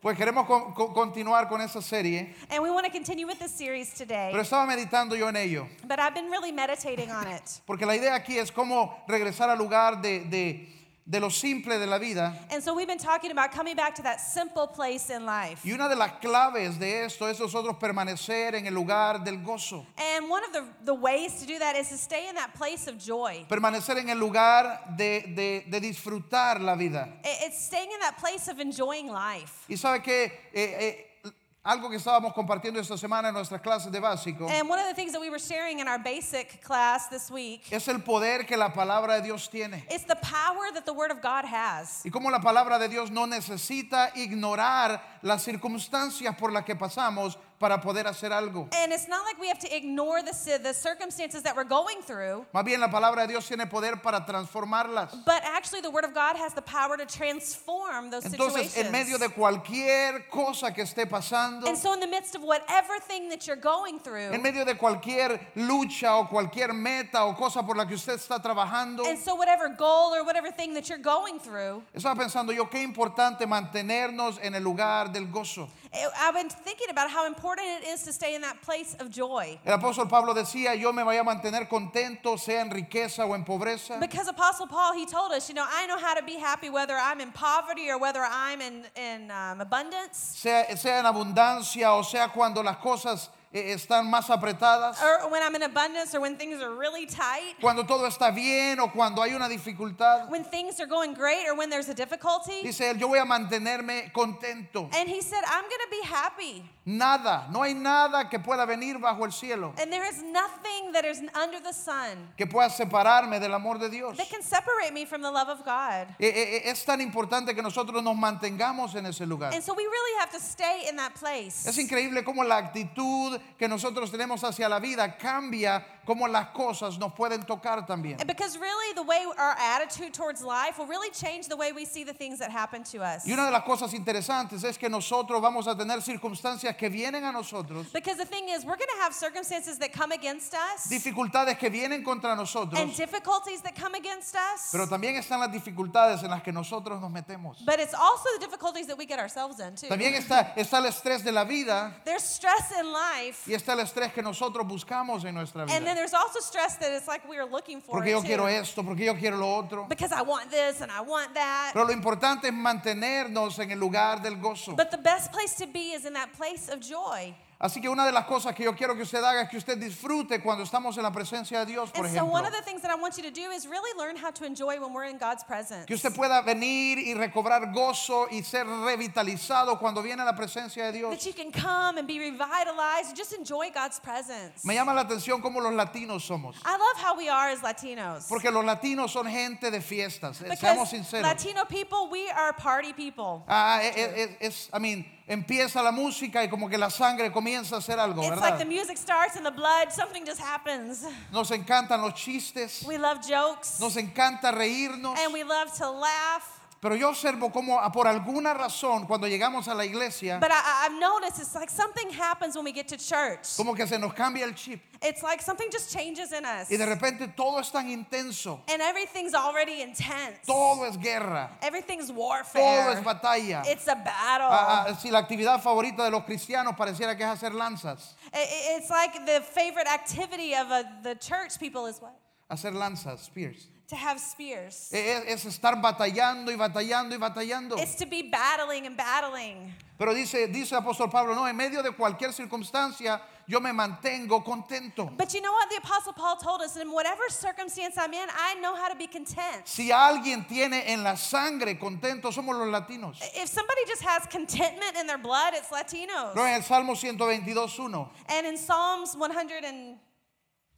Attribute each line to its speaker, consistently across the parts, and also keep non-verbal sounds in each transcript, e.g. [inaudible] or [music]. Speaker 1: Pues queremos con- con- continuar con esa serie,
Speaker 2: And we want to continue with this series today,
Speaker 1: pero estaba meditando yo en ello,
Speaker 2: but I've been really meditating on it.
Speaker 1: porque la idea aquí es cómo regresar al lugar de, de- de lo simple de la vida.
Speaker 2: And so we've been talking about coming back to that simple place in life.
Speaker 1: Y una de las claves de esto es nosotros permanecer en el lugar del gozo,
Speaker 2: And one of the, the ways to do that is to stay in that place of joy.
Speaker 1: permanecer en el lugar de, de- de disfrutar la vida.
Speaker 2: I- It's staying in that place of enjoying life.
Speaker 1: Y sabe que eh, algo que estábamos compartiendo esta semana en nuestras clases de básico
Speaker 2: And one of the things that we were sharing in our basic class this week
Speaker 1: es el poder que la palabra de Dios tiene.
Speaker 2: is the power that the Word of God has.
Speaker 1: Y como la palabra de Dios no necesita ignorar las circunstancias por las que pasamos para poder hacer algo.
Speaker 2: And it's not like we have to ignore the, ci- the circumstances that we're going through,
Speaker 1: Más bien la palabra de Dios tiene poder para transformarlas.
Speaker 2: but actually the Word of God has the power to transform those
Speaker 1: Entonces, en medio
Speaker 2: situations.
Speaker 1: de cualquier cosa que esté pasando,
Speaker 2: And so, in the midst of whatever thing that you're going through,
Speaker 1: en medio de cualquier lucha o cualquier meta o cosa por la que usted está trabajando,
Speaker 2: and so whatever goal or whatever thing that you're going through,
Speaker 1: estaba pensando yo qué importante mantenernos en el lugar del gozo.
Speaker 2: it- I've been thinking about how important it is to stay in that place of joy.
Speaker 1: El apóstol Pablo decía, yo me voy a mantener contento, sea en riqueza o en pobreza.
Speaker 2: Because Apostle Paul, he told us, you know, I know how to be happy whether I'm in poverty or whether I'm in, in um, abundance
Speaker 1: sea, sea en abundancia o sea cuando las cosas eh, están más apretadas,
Speaker 2: or when I'm in abundance or when things are really tight,
Speaker 1: cuando todo está bien o cuando hay una dificultad.
Speaker 2: when things are going great or when there's a difficulty.
Speaker 1: Dice él, yo voy a mantenerme contento.
Speaker 2: And he said, I'm going to be happy.
Speaker 1: Nada, no hay nada que pueda venir bajo el cielo
Speaker 2: And there is nothing that is under the sun
Speaker 1: que pueda separarme del amor de Dios.
Speaker 2: that can separate me from the love of God.
Speaker 1: Eh, eh, eh, es tan importante que nosotros nos mantengamos en ese lugar.
Speaker 2: And so we really have to stay in that place.
Speaker 1: Es increíble cómo la actitud que nosotros tenemos hacia la vida cambia, cómo las cosas nos pueden tocar también.
Speaker 2: And because really, the way our attitude towards life will really change the way we see the things that happen to us.
Speaker 1: Y una de las cosas interesantes es que nosotros vamos a tener circunstancias que vienen a nosotros,
Speaker 2: Because the thing is, we're going to have circumstances that come against us
Speaker 1: dificultades que vienen contra
Speaker 2: and
Speaker 1: nosotros,
Speaker 2: difficulties that come against us.
Speaker 1: pero también están las dificultades en las que nosotros nos metemos.
Speaker 2: But it's also the difficulties that we get ourselves into.
Speaker 1: También está, está el estrés de la vida
Speaker 2: There's stress in life,
Speaker 1: y está el estrés que nosotros buscamos en nuestra
Speaker 2: and then
Speaker 1: vida.
Speaker 2: there's also stress that it's like we are looking for.
Speaker 1: Porque
Speaker 2: it
Speaker 1: yo
Speaker 2: too.
Speaker 1: quiero esto, porque yo quiero lo otro.
Speaker 2: Because I want this and I want that.
Speaker 1: Pero lo importante es mantenernos en el lugar del gozo.
Speaker 2: But the best place to be is in that place of joy.
Speaker 1: Así que una de las cosas que yo quiero que usted haga es que usted disfrute cuando estamos en la presencia de Dios, por
Speaker 2: And so, one
Speaker 1: ejemplo.
Speaker 2: of the things that I want you to do is really learn how to enjoy when we're in God's presence.
Speaker 1: Que usted pueda venir y recobrar gozo y ser revitalizado cuando viene la presencia de
Speaker 2: That
Speaker 1: Dios.
Speaker 2: you can come and be revitalized and just enjoy God's presence.
Speaker 1: Me llama la atención cómo los latinos somos.
Speaker 2: I love how we are as Latinos.
Speaker 1: Porque los latinos son gente de fiestas, eh, seamos
Speaker 2: because
Speaker 1: sinceros.
Speaker 2: Latino people, we are party people.
Speaker 1: Ah, eh, eh, eh, es, I mean, empieza la música y como que la sangre comienza a hacer algo,
Speaker 2: It's like the
Speaker 1: ¿verdad?
Speaker 2: music starts and the blood, something just happens.
Speaker 1: Nos encantan los chistes,
Speaker 2: We love jokes
Speaker 1: nos encanta reírnos.
Speaker 2: and we love to laugh.
Speaker 1: Pero yo observo como por alguna razón cuando llegamos a la iglesia,
Speaker 2: But I- I, I've noticed it's like something happens when we get to church.
Speaker 1: como que se nos cambia el chip
Speaker 2: It's like something just changes in us.
Speaker 1: y de repente todo es tan intenso,
Speaker 2: And everything's already intense.
Speaker 1: todo es guerra.
Speaker 2: Everything's
Speaker 1: Todo
Speaker 2: warfare.
Speaker 1: es batalla.
Speaker 2: It's a battle.
Speaker 1: Ah, ah, si la actividad favorita de los cristianos pareciera que es hacer lanzas,
Speaker 2: I- i- It's like the favorite activity of uh the church people is what?
Speaker 1: hacer lanzas, spears.
Speaker 2: To have spears.
Speaker 1: E- e- Es, estar batallando y batallando y batallando.
Speaker 2: It's to be battling and battling.
Speaker 1: Pero dice, dice el apóstol Pablo, no, en medio de cualquier circunstancia yo me mantengo contento.
Speaker 2: But you know what? The Apostle Paul told us in whatever circumstance I'm in, I know how to be content.
Speaker 1: Si alguien tiene en la sangre contento, somos los latinos.
Speaker 2: If somebody just has contentment in their blood, it's Latinos.
Speaker 1: No, en el Salmo 122.1.
Speaker 2: And in Psalms 100 and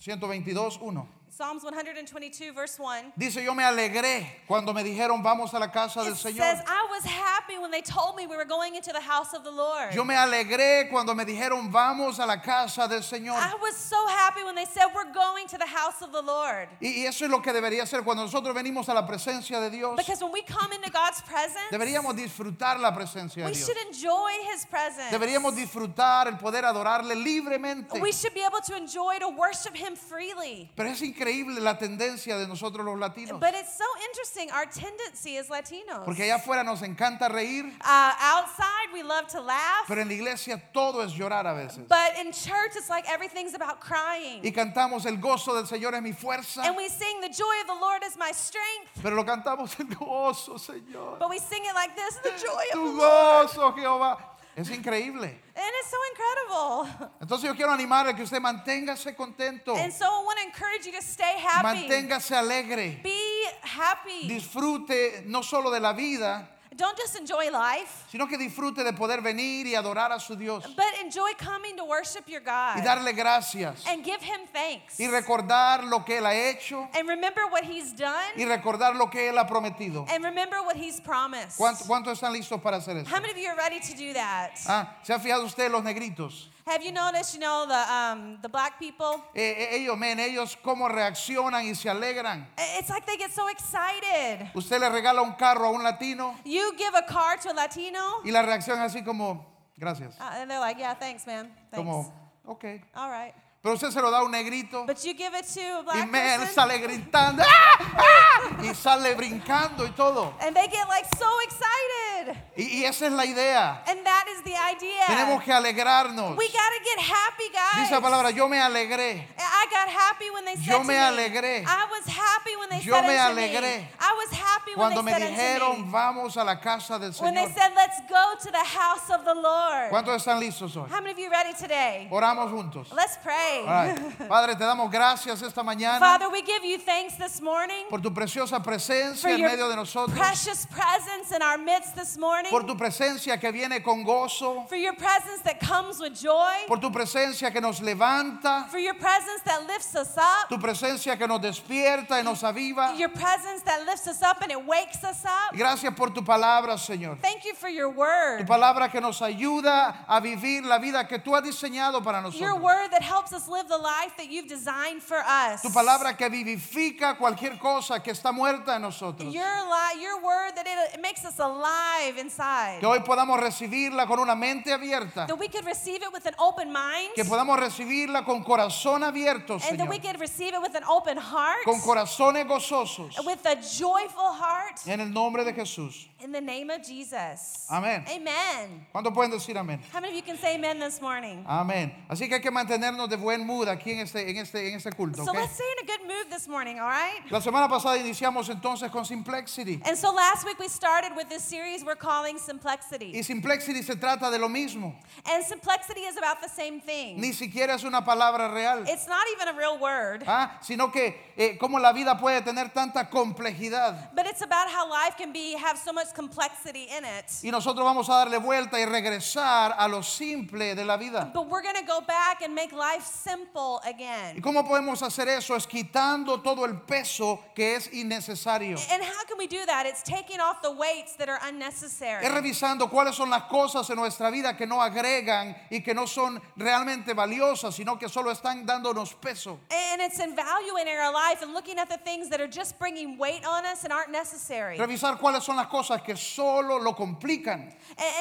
Speaker 1: 122.1.
Speaker 2: Psalms 122 verse 1,
Speaker 1: Dice, yo me alegré cuando me dijeron, vamos a la casa
Speaker 2: it
Speaker 1: del
Speaker 2: says,
Speaker 1: Señor.
Speaker 2: "I was happy when they told me we were going into the house of the Lord."
Speaker 1: Yo me alegré cuando me dijeron, vamos a la casa del Señor.
Speaker 2: I was so happy when they said, "We're going to the house of the Lord."
Speaker 1: Y, y eso es lo que debería ser cuando nosotros venimos a la presencia de Dios.
Speaker 2: Because when we come into God's presence,
Speaker 1: Deberíamos disfrutar la presencia de
Speaker 2: we
Speaker 1: Dios.
Speaker 2: should enjoy His presence.
Speaker 1: Deberíamos disfrutar el poder adorarle libremente.
Speaker 2: we should be able to enjoy to worship Him freely.
Speaker 1: Pero es increíble la tendencia de nosotros los latinos.
Speaker 2: But it's so interesting. Our tendency as Latinos.
Speaker 1: Porque allá afuera nos encanta reír,
Speaker 2: uh, outside, we love to laugh.
Speaker 1: Pero en la iglesia todo es llorar a veces.
Speaker 2: But in church, it's like everything's about crying.
Speaker 1: Y cantamos el gozo del Señor es mi fuerza.
Speaker 2: And we sing, The joy of the Lord is my strength.
Speaker 1: Pero lo cantamos el gozo, Señor.
Speaker 2: But we sing it like this The joy of the
Speaker 1: Tu
Speaker 2: Lord.
Speaker 1: gozo, Jehová. Es increíble.
Speaker 2: And it's so incredible.
Speaker 1: Entonces yo quiero animar a que usted manténgase contento.
Speaker 2: And so I want to encourage you to stay happy.
Speaker 1: Manténgase alegre.
Speaker 2: Be happy.
Speaker 1: Disfrute no solo de la vida,
Speaker 2: Don't just enjoy life,
Speaker 1: sino que disfrute de poder venir y adorar a su Dios
Speaker 2: but enjoy coming to worship your
Speaker 1: y
Speaker 2: God
Speaker 1: darle gracias
Speaker 2: and give Him thanks.
Speaker 1: y recordar lo que Él ha hecho
Speaker 2: And remember what He's done
Speaker 1: y recordar lo que Él ha prometido.
Speaker 2: and remember what He's promised.
Speaker 1: ¿Cuánto- ¿Cuántos están listos para hacer eso?
Speaker 2: How many of you are ready to do that?
Speaker 1: Ah, ¿Se ha fijado usted en los negritos?
Speaker 2: Have you noticed, you know, the, um, the black people?
Speaker 1: Eh, eh, ellos, men, ellos cómo reaccionan y se alegran.
Speaker 2: I- It's like they get so excited.
Speaker 1: Usted le regala un carro a un latino
Speaker 2: You give a car to a Latino,
Speaker 1: y la reacción es así como, gracias.
Speaker 2: uh, and they're like, yeah, thanks, man. Thanks.
Speaker 1: Como, ok.
Speaker 2: All right.
Speaker 1: Pero usted se lo da a un negrito
Speaker 2: But you give it to a
Speaker 1: y
Speaker 2: black
Speaker 1: men
Speaker 2: person,
Speaker 1: sale gritando ¡ah! ¡ah! y sale brincando y todo.
Speaker 2: and they get like so excited.
Speaker 1: Y, y esa es la idea.
Speaker 2: And that is the idea.
Speaker 1: Tenemos que alegrarnos.
Speaker 2: we gotta get happy, guys.
Speaker 1: Dice la palabra, yo me alegré.
Speaker 2: I got happy when they
Speaker 1: Yo
Speaker 2: said
Speaker 1: me
Speaker 2: to
Speaker 1: alegré.
Speaker 2: me. I was happy when they
Speaker 1: Yo
Speaker 2: said
Speaker 1: me
Speaker 2: unto
Speaker 1: alegré.
Speaker 2: me. I was happy when
Speaker 1: Cuando me
Speaker 2: they said unto
Speaker 1: dijeron,
Speaker 2: me.
Speaker 1: vamos a la casa del
Speaker 2: When they
Speaker 1: Señor.
Speaker 2: said, let's go to the house of the Lord.
Speaker 1: ¿Cuántos están listos hoy?
Speaker 2: How many of you ready today?
Speaker 1: Oramos juntos.
Speaker 2: Let's pray.
Speaker 1: All right. Padre, te damos gracias esta mañana
Speaker 2: [laughs] Father, we give you thanks this morning
Speaker 1: por tu preciosa presencia
Speaker 2: for
Speaker 1: en
Speaker 2: your
Speaker 1: medio de nosotros,
Speaker 2: precious presence in our midst this morning,
Speaker 1: por tu presencia que viene con gozo,
Speaker 2: for your presence that comes with joy,
Speaker 1: por tu presencia que nos levanta,
Speaker 2: for your presence that lifts us up,
Speaker 1: tu presencia que nos despierta y nos aviva.
Speaker 2: your presence that lifts us up and it wakes us up.
Speaker 1: Gracias por tu palabra, Señor.
Speaker 2: Thank you for your
Speaker 1: Tu
Speaker 2: word,
Speaker 1: palabra que nos ayuda a vivir la vida que tú has diseñado para
Speaker 2: your
Speaker 1: nosotros.
Speaker 2: word that helps us live the life that you've designed for us.
Speaker 1: Tu palabra que vivifica cualquier cosa que está muerta en nosotros.
Speaker 2: Your, li- your word that it, it makes us alive inside.
Speaker 1: Que hoy podamos recibirla con una mente abierta.
Speaker 2: That we could receive it with an open mind.
Speaker 1: Que podamos recibirla con corazón abierto,
Speaker 2: And that we
Speaker 1: Señor.
Speaker 2: could receive it with an open heart,
Speaker 1: Con corazones gozosos.
Speaker 2: with a joyful heart,
Speaker 1: En el nombre de Jesús.
Speaker 2: in the name of Jesus.
Speaker 1: Amén.
Speaker 2: Amen.
Speaker 1: ¿Cuántos pueden decir amén?
Speaker 2: How many of you can say amen this
Speaker 1: Ah,
Speaker 2: morning?
Speaker 1: Amén. Así que hay que mantenernos de buen mood aquí en este, en este, en este culto.
Speaker 2: So
Speaker 1: ¿ok?
Speaker 2: let's stay in a good mood this morning, all right?
Speaker 1: La semana pasada iniciamos entonces con Simplexity.
Speaker 2: And so last week we started with this series we're calling Simplexity.
Speaker 1: Y Simplexity se trata de lo mismo.
Speaker 2: And Simplexity is about the same thing.
Speaker 1: Ni siquiera es una palabra real.
Speaker 2: It's not even a real word,
Speaker 1: ¿ah? Sino que eh, cómo la vida puede tener tanta complejidad.
Speaker 2: but it's about how life can be have so much complexity in it.
Speaker 1: Y nosotros vamos a darle vuelta y regresar a lo simple de la vida.
Speaker 2: But we're going to go back and make life simple
Speaker 1: ¿Y
Speaker 2: again.
Speaker 1: cómo podemos hacer eso? Es quitando todo el peso que es innecesario.
Speaker 2: And how can we do that? It's taking off the weights that are unnecessary.
Speaker 1: Es revisando cuáles son las cosas en nuestra vida que no agregan y que no son realmente valiosas, sino que solo están dándonos peso.
Speaker 2: And it's evaluating our life and looking at the things that are just bringing weight on us and aren't necessary. And,
Speaker 1: Revisar cuáles son las cosas que solo lo complican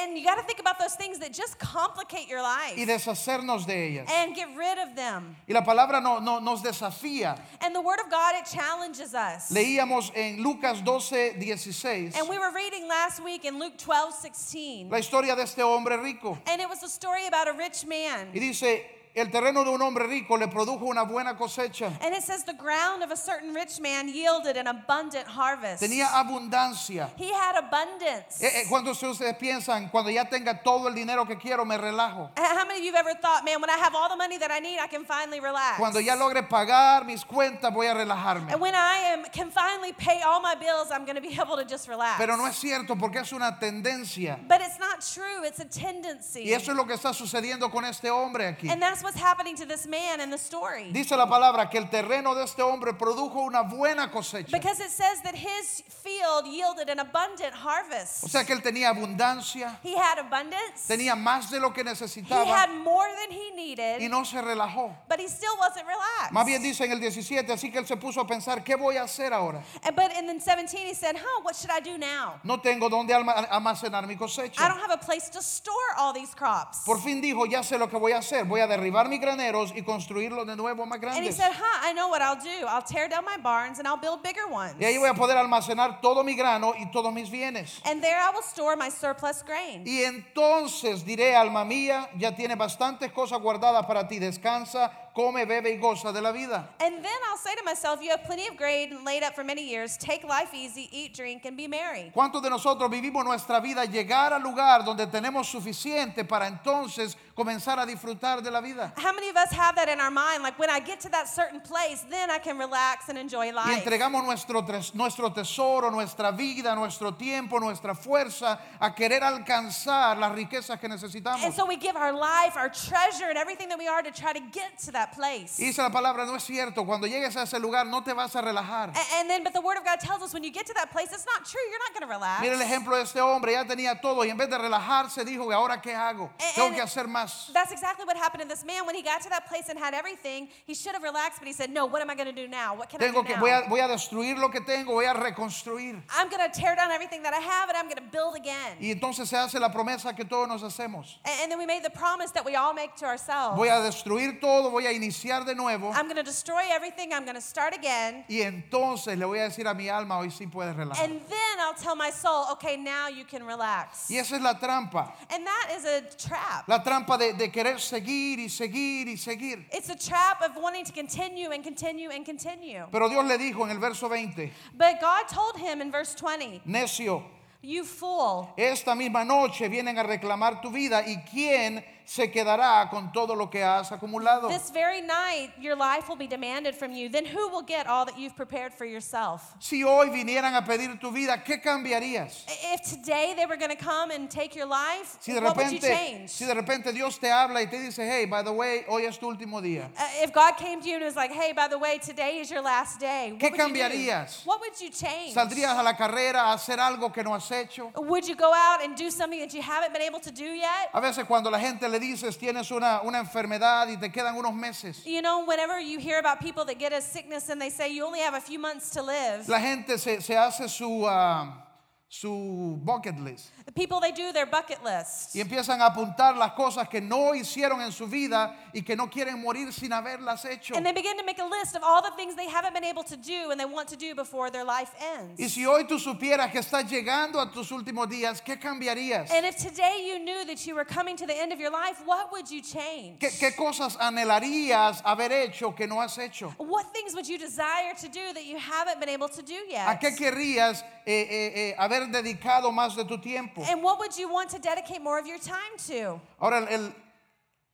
Speaker 2: and you got to think about those things that just complicate your
Speaker 1: y
Speaker 2: life
Speaker 1: deshacernos de ellas.
Speaker 2: and get rid of them.
Speaker 1: Y la palabra no, no- nos desafía.
Speaker 2: And the Word of God, it challenges us.
Speaker 1: Leíamos en Lucas 12, 16
Speaker 2: And we were reading last week in Luke 12 16.
Speaker 1: la historia de este hombre rico.
Speaker 2: And it was a story about a rich
Speaker 1: Y
Speaker 2: man.
Speaker 1: dice, el terreno de un hombre rico le produjo una buena cosecha.
Speaker 2: And it says, The ground of a certain rich man yielded an abundant harvest.
Speaker 1: Tenía abundancia.
Speaker 2: He had abundance.
Speaker 1: Eh, eh, ¿Cuántos de ustedes piensan, cuando ya tenga todo el dinero que quiero, me relajo?
Speaker 2: How many of you have ever thought, man, when I have all the money that I need, I can finally relax?
Speaker 1: Cuando ya logre pagar mis cuentas, voy a relajarme.
Speaker 2: And when I am can finally pay all my bills, I'm going to be [laughs] able to just relax.
Speaker 1: Pero no es cierto porque es una tendencia.
Speaker 2: but it's not true. It's a tendency.
Speaker 1: Y eso es lo que está sucediendo con este hombre aquí.
Speaker 2: and that's what's happening to this man in the story.
Speaker 1: Dice la palabra que el terreno de este hombre produjo una buena cosecha.
Speaker 2: because it says that his field yielded an abundant harvest.
Speaker 1: O sea que él tenía abundancia,
Speaker 2: he had abundance.
Speaker 1: tenía más de lo que
Speaker 2: he had
Speaker 1: necesitaba
Speaker 2: had more than he
Speaker 1: y
Speaker 2: needed,
Speaker 1: no se relajó.
Speaker 2: but he still wasn't relaxed.
Speaker 1: Más bien dice en el 17, así que él se puso a pensar, ¿qué voy a hacer ahora?
Speaker 2: And- but in then 17, he said, huh, what should I do now?
Speaker 1: No tengo dónde alma- almacenar mi
Speaker 2: I
Speaker 1: cosecha.
Speaker 2: don't have a place to store all these crops.
Speaker 1: Por fin dijo, ya sé lo que voy a hacer, voy a derribar mis graneros y construirlos de nuevo más
Speaker 2: And he
Speaker 1: grandes.
Speaker 2: said, huh, I know what I'll do. I'll tear down my barns and I'll build bigger ones.
Speaker 1: Y ahí voy a poder almacenar todo mi grano y todos mis bienes.
Speaker 2: And there I will store my surplus grain.
Speaker 1: Y entonces diré, alma mía, ya tienes bastantes cosas guardadas para ti, descansa, come, bebe y goza de la vida.
Speaker 2: And then I'll say to myself, You have plenty of grain laid up for many years. Take life easy, eat, drink, and be merry.
Speaker 1: ¿Cuántos de nosotros vivimos nuestra vida llegar al lugar donde tenemos suficiente para entonces comenzar a disfrutar de la vida?
Speaker 2: How many of us have that in our mind? Like, when I get to that certain place, then I can relax and enjoy
Speaker 1: Y
Speaker 2: life.
Speaker 1: entregamos nuestro, tres- nuestro tesoro, nuestra vida, nuestro tiempo, nuestra fuerza a querer alcanzar las riquezas que
Speaker 2: And
Speaker 1: necesitamos.
Speaker 2: so we give our life, our treasure, and everything that we are to try to get to that place.
Speaker 1: Y dice la palabra, no es cierto, cuando llegues a ese lugar no te vas a relajar.
Speaker 2: A- And then, but the Word of God tells us when you get to that place, it's not true. You're not going to relax.
Speaker 1: Mira el ejemplo de este hombre, ya tenía todo y en vez de relajarse dijo, "¿Y ahora qué hago?
Speaker 2: And-
Speaker 1: Tengo
Speaker 2: and-
Speaker 1: que hacer más.
Speaker 2: That's exactly what happened to this man. When he got to that place and had everything, he should have relaxed, but he said, No, what am I going to do now? What can
Speaker 1: Tengo
Speaker 2: I do
Speaker 1: que,
Speaker 2: now?
Speaker 1: voy a, voy a destruir lo que tengo, voy a reconstruir.
Speaker 2: I'm going to tear down everything that I have and I'm going to build again.
Speaker 1: Y entonces se hace la promesa que todos nos hacemos.
Speaker 2: A- And then we made the promise that we all make to ourselves.
Speaker 1: Voy a destruir todo, voy a iniciar de nuevo.
Speaker 2: I'm going to destroy everything. I'm going to start again.
Speaker 1: Y entonces le voy a decir a mi alma, hoy sí puedes relajar.
Speaker 2: And then I'll tell my soul, okay, now you can relax.
Speaker 1: Y esa es la trampa.
Speaker 2: And that is a trap.
Speaker 1: La trampa de, de querer seguir y seguir y seguir.
Speaker 2: It's a trap of wanting to continue and continue and continue.
Speaker 1: Pero Dios le dijo en el verso 20,
Speaker 2: But God told him in verse 20,
Speaker 1: necio,
Speaker 2: You fool,
Speaker 1: esta misma noche vienen a reclamar tu vida y quién se quedará con todo lo que has acumulado.
Speaker 2: this very night your life will be demanded from you. Then who will get all that you've prepared for yourself?
Speaker 1: Si hoy vinieran a pedir tu vida, ¿qué cambiarías?
Speaker 2: I- If today they were going to come and take your life,
Speaker 1: Si de,
Speaker 2: what would you
Speaker 1: repente,
Speaker 2: change?
Speaker 1: si de repente Dios te habla y te dice, hey, by the way, hoy es tu último día.
Speaker 2: Uh, if God came to you and was like, "Hey, by the way, today is your last day," what
Speaker 1: ¿Qué
Speaker 2: would you do?
Speaker 1: cambiarías?
Speaker 2: What would you change?
Speaker 1: ¿Saldrías a la carrera a hacer algo que no has hecho?
Speaker 2: Would you go out and do something that you haven't been able to do yet?
Speaker 1: A veces cuando la gente le dices, tienes una, una enfermedad y te quedan unos meses.
Speaker 2: You know, whenever you hear about people that get a sickness and they say you only have a few months to live,
Speaker 1: La gente se, se hace su, ah, su bucket list
Speaker 2: the people they do their bucket list.
Speaker 1: y empiezan a apuntar las cosas que no hicieron en su vida y que no quieren morir sin haberlas hecho.
Speaker 2: And they begin to make a list of all the things they haven't been able to do and they want to do before their life ends.
Speaker 1: Y si hoy tú supieras que estás llegando a tus últimos días, ¿qué cambiarías?
Speaker 2: and if today you knew that you were coming to the end of your life, what would you change?
Speaker 1: ¿Qué, qué cosas anhelarías haber hecho que no has hecho?
Speaker 2: what things would you desire to do that you haven't been able to do yet?
Speaker 1: ¿A qué querrías eh, eh, eh, haber dedicado más de tu tiempo?
Speaker 2: And what would you want to dedicate more of your time to?
Speaker 1: Ahora el- el-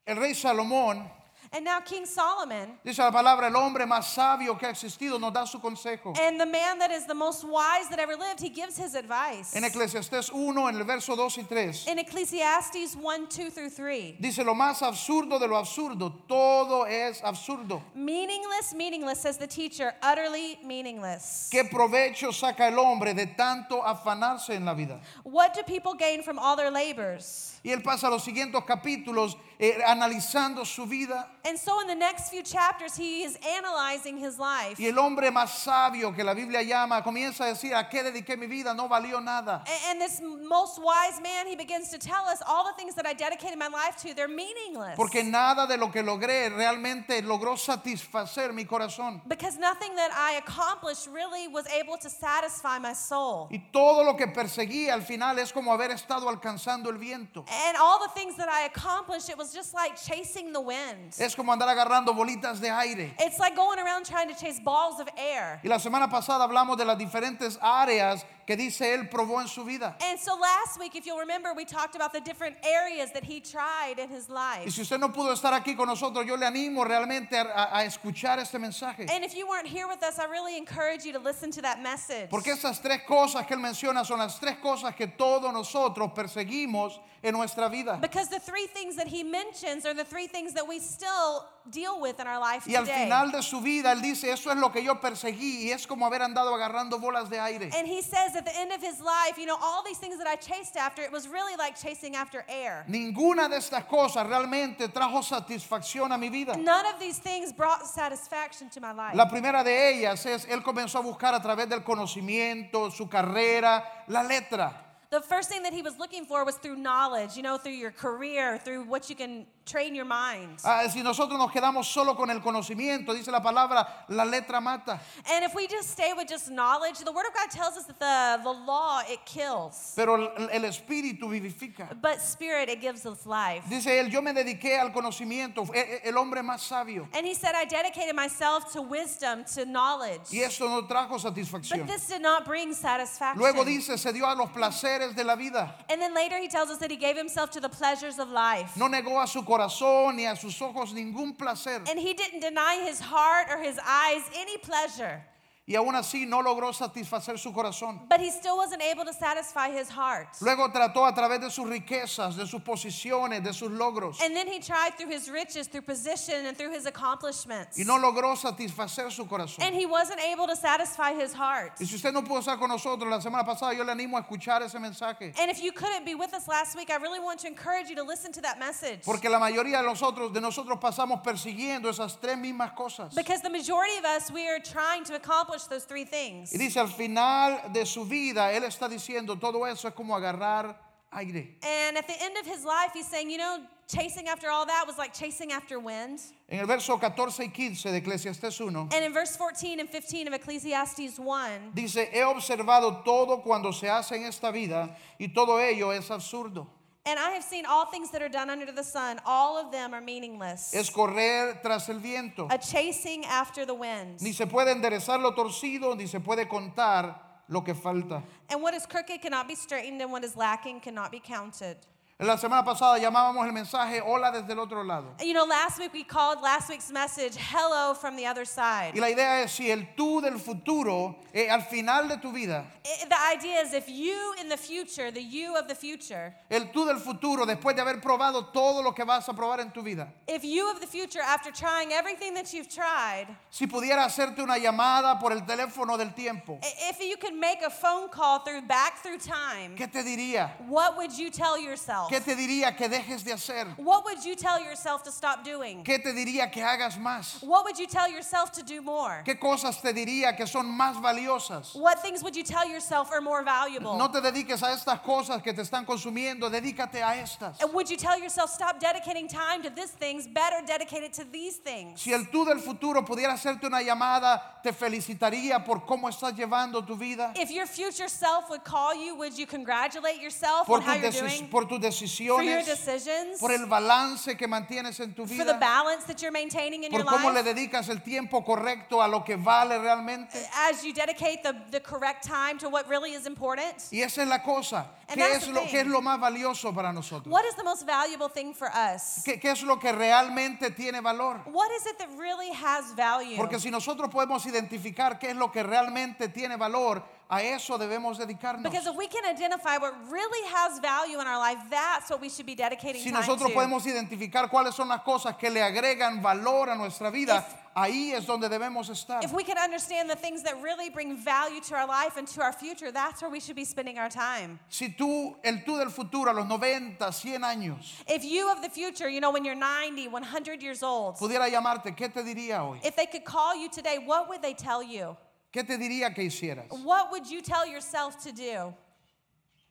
Speaker 1: el rey Salomón
Speaker 2: And now King Solomon,
Speaker 1: dice la palabra, el hombre más sabio que ha existido nos da su consejo.
Speaker 2: and the man that is the most wise that ever lived, he gives his advice.
Speaker 1: En Eclesiastés 1, en el verso 2 y 3,
Speaker 2: In Ecclesiastes 1, 2 through 3.
Speaker 1: dice lo más absurdo de lo absurdo, todo es absurdo.
Speaker 2: Meaningless, meaningless, says the teacher, utterly meaningless.
Speaker 1: ¿Qué provecho saca el hombre de tanto afanarse en la vida?
Speaker 2: What do people gain from all their labors?
Speaker 1: Y él pasa los siguientes capítulos eh, analizando su vida.
Speaker 2: And so in the next few chapters, he is analyzing his life.
Speaker 1: Y el hombre más sabio que la Biblia llama comienza a decir, ¿a qué dediqué mi vida? No valió nada.
Speaker 2: A- And this most wise man, he begins to tell us all the things that I dedicated my life to, they're meaningless.
Speaker 1: Porque nada de lo que logré realmente logró satisfacer mi corazón.
Speaker 2: Because nothing that I accomplished really was able to satisfy my soul.
Speaker 1: Y todo lo que perseguí al final es como haber estado alcanzando el viento.
Speaker 2: And all the things that I accomplished, it was just like chasing the wind.
Speaker 1: Es como andar agarrando bolitas de aire.
Speaker 2: It's like going around trying to chase balls of air.
Speaker 1: Y la semana pasada hablamos de las diferentes áreas que dice él probó en su vida.
Speaker 2: And so last week, if you'll remember, we talked about the different areas that he tried in his
Speaker 1: Y
Speaker 2: life.
Speaker 1: si usted no pudo estar aquí con nosotros, yo le animo realmente a, a- a escuchar este mensaje.
Speaker 2: And if you weren't here with us, I really encourage you to listen to that message.
Speaker 1: Porque esas tres cosas que él menciona son las tres cosas que todos nosotros perseguimos en nuestra vida.
Speaker 2: Because the three things that he mentions are the three things that we still deal with in our life
Speaker 1: Y al
Speaker 2: today.
Speaker 1: final de su vida, él dice, eso es lo que yo perseguí y es como haber andado agarrando bolas de aire.
Speaker 2: and he says at the end of his life, you know, all these things that I chased after, it was really like chasing after air.
Speaker 1: Ninguna de estas cosas realmente trajo satisfacción a mi vida.
Speaker 2: None of these things brought satisfaction to my life.
Speaker 1: La primera de ellas es, él comenzó a buscar a través del conocimiento, su carrera, la letra.
Speaker 2: The first thing that he was looking for was through knowledge, you know, through your career, through what you can train your mind.
Speaker 1: Ah, si nosotros nos quedamos solo con el conocimiento, dice la palabra, la letra mata.
Speaker 2: And if we just stay with just knowledge, the Word of God tells us that the, the law, it kills.
Speaker 1: Pero el, el espíritu vivifica.
Speaker 2: But spirit, it gives us life.
Speaker 1: Dice él, yo me dediqué al conocimiento, e- e- el hombre más sabio.
Speaker 2: And he said, I dedicated myself to wisdom, to knowledge.
Speaker 1: Y eso no trajo
Speaker 2: But
Speaker 1: satisfacción.
Speaker 2: this did not bring satisfaction.
Speaker 1: Luego dice, se dio a los placeres de la vida.
Speaker 2: and then later he tells us that he gave himself to the pleasures of life.
Speaker 1: No negó a su corazón ni a sus ojos ningún placer.
Speaker 2: And he didn't deny his heart or his eyes any pleasure.
Speaker 1: Y aún así no logró satisfacer su corazón.
Speaker 2: But he still wasn't able to satisfy his heart.
Speaker 1: Luego trató a través de sus riquezas, de sus posiciones, de sus logros.
Speaker 2: And then he tried through his riches, through position, and through his accomplishments.
Speaker 1: Y no logró satisfacer su
Speaker 2: and
Speaker 1: corazón.
Speaker 2: he wasn't able to satisfy his heart.
Speaker 1: Y si usted no pudo estar con nosotros la semana pasada, yo le animo a escuchar ese mensaje.
Speaker 2: And if you couldn't be with us last week, I really want to encourage you to listen to that message.
Speaker 1: Porque la mayoría de nosotros, de nosotros pasamos persiguiendo esas tres mismas cosas.
Speaker 2: because the majority of us, we are trying to accomplish those three things.
Speaker 1: Y dice, al final de su vida, él está diciendo, todo eso es como agarrar aire.
Speaker 2: And at the end of his life, he's saying, you know, chasing after all that was like chasing after wind.
Speaker 1: En el verso 14 y 15 de Eclesiastés 1,
Speaker 2: And in verse 14 and 15 of Ecclesiastes 1,
Speaker 1: dice, he observado todo cuando se hace en esta vida y todo ello es absurdo.
Speaker 2: and I have seen all things that are done under the sun, all of them are meaningless.
Speaker 1: Es correr tras el viento.
Speaker 2: a chasing after the wind.
Speaker 1: Ni se puede enderezar lo torcido, ni se puede contar lo que falta.
Speaker 2: And what is crooked cannot be straightened, and what is lacking cannot be counted.
Speaker 1: La semana pasada llamábamos el mensaje hola desde el otro lado.
Speaker 2: You know, last week we called last week's message hello from the other side.
Speaker 1: Y la idea es si el tú del futuro, eh, al final de tu vida,
Speaker 2: I- the idea is if you in the future, the you of the future,
Speaker 1: el tú del futuro, después de haber probado todo lo que vas a probar en tu vida,
Speaker 2: if you of the future, after trying everything that you've tried,
Speaker 1: si pudiera hacerte una llamada por el teléfono del tiempo,
Speaker 2: i- if you could make a phone call through back through time,
Speaker 1: ¿qué te diría?
Speaker 2: what would you tell yourself?
Speaker 1: ¿Qué te diría que dejes de hacer?
Speaker 2: What would you tell yourself to stop doing?
Speaker 1: ¿Qué te diría que hagas más?
Speaker 2: What would you tell yourself to do more?
Speaker 1: ¿Qué cosas te diría que son más valiosas?
Speaker 2: What things would you tell yourself are more valuable?
Speaker 1: No te dediques a estas cosas que te están consumiendo, dedícate a estas.
Speaker 2: And would you tell yourself, stop dedicating time to these things, better dedicate it to these things?
Speaker 1: Si el tú del futuro pudiera hacerte una llamada, te felicitaría por cómo estás llevando tu vida,
Speaker 2: If your future self would call you, would you congratulate yourself
Speaker 1: por
Speaker 2: on how
Speaker 1: tus,
Speaker 2: you're
Speaker 1: deci-
Speaker 2: doing?
Speaker 1: por tus
Speaker 2: For your
Speaker 1: decisiones,
Speaker 2: decisions?
Speaker 1: por el balance que mantienes en tu
Speaker 2: for the
Speaker 1: vida,
Speaker 2: balance that you're maintaining in your
Speaker 1: por cómo le
Speaker 2: life?
Speaker 1: dedicas el tiempo correcto a lo que vale realmente.
Speaker 2: As you dedicate the, the correct time to what really is important?
Speaker 1: Y esa es la cosa.
Speaker 2: And
Speaker 1: ¿Qué
Speaker 2: that's
Speaker 1: es,
Speaker 2: the
Speaker 1: lo,
Speaker 2: thing.
Speaker 1: qué es lo más valioso para nosotros?
Speaker 2: What is the most valuable thing for us?
Speaker 1: ¿Qué, qué es lo que realmente tiene valor?
Speaker 2: What is it that really has value?
Speaker 1: Porque si nosotros podemos identificar qué es lo que realmente tiene valor, a eso debemos dedicarnos.
Speaker 2: Because if we can identify what really has value in our life, that's what we should be dedicating
Speaker 1: Si
Speaker 2: time
Speaker 1: nosotros
Speaker 2: to.
Speaker 1: podemos identificar cuáles son las cosas que le agregan valor a nuestra vida, ahí es donde debemos estar.
Speaker 2: If we can understand the things that really bring value to our life and to our future, that's where we should be spending our time.
Speaker 1: Si tú, el tú del futuro a los 90, 100 años,
Speaker 2: If you of the future, you know, when you're 90, 100 years old,
Speaker 1: pudiera llamarte, ¿qué te diría hoy?
Speaker 2: if they could call you today, what would they tell you?
Speaker 1: ¿Qué te diría que hicieras?
Speaker 2: What would you tell yourself to do?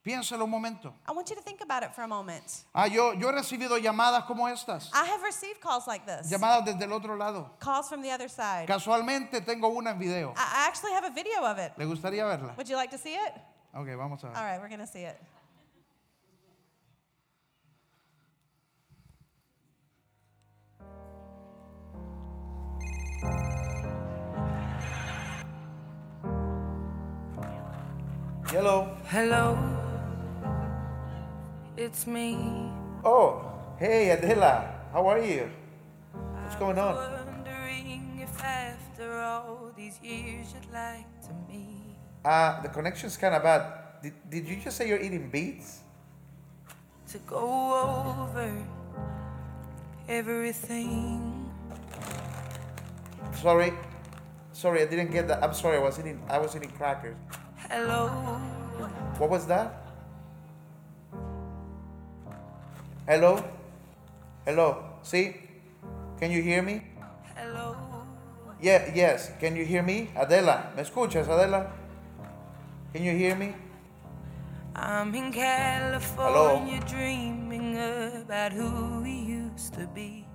Speaker 1: Piénsalo un momento.
Speaker 2: I want you to think about it for a moment.
Speaker 1: Ah, yo, yo he recibido llamadas como estas,
Speaker 2: I have received calls like this,
Speaker 1: llamadas desde el otro lado.
Speaker 2: calls from the other side. I
Speaker 1: Casualmente tengo una en video.
Speaker 2: I actually have a video of it.
Speaker 1: ¿Le gustaría verla?
Speaker 2: Would you like to see it?
Speaker 1: Ok, vamos a
Speaker 2: All
Speaker 1: ver.
Speaker 2: right, we're going to see it.
Speaker 1: Hello.
Speaker 3: Hello, it's me.
Speaker 1: Oh, hey Adela, how are you? What's going on?
Speaker 3: Wondering if after all these years you'd like to meet.
Speaker 1: Uh, the connection's kind of bad. Did, did you just say you're eating beets?
Speaker 3: to go over everything.
Speaker 1: Sorry. Sorry, I didn't get that. I'm sorry. I was eating I was eating crackers.
Speaker 3: Hello,
Speaker 1: What was that? Hello? Hello. See? Can you hear me?
Speaker 3: hello,
Speaker 1: Yeah, yes. Can you hear me? Adela, ¿me escuchas, Adela? Can you hear me?
Speaker 3: I'm in California dreaming about who we used to be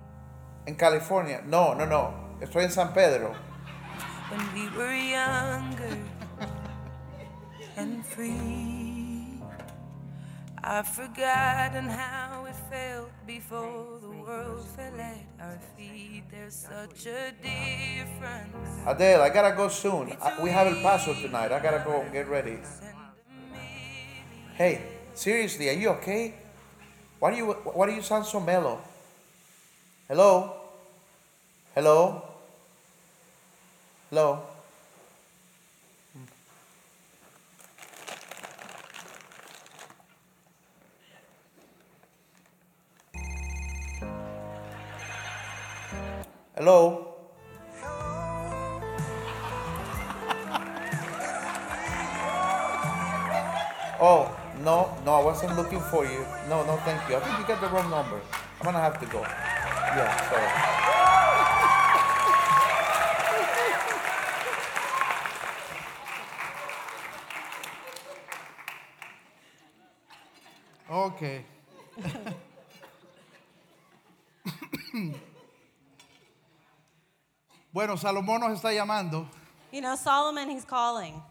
Speaker 1: En California. No, no, no. Estoy en San Pedro.
Speaker 3: when we were younger and free. I've forgotten how it felt before the world fell at our feet. There's such a difference.
Speaker 1: Adele, I gotta go soon. I- we have El Paso tonight. I gotta go get ready. Hey, seriously, are you okay? Why do you why do you sound so mellow? Hello? Hello? Hello? Hello? Oh, no, no, I wasn't looking for you. No, no, thank you. I think you got the wrong number. I'm gonna have to go. Yeah, sorry. Okay. [coughs] bueno, Salomón nos está llamando.
Speaker 2: You know, Solomon, he's calling,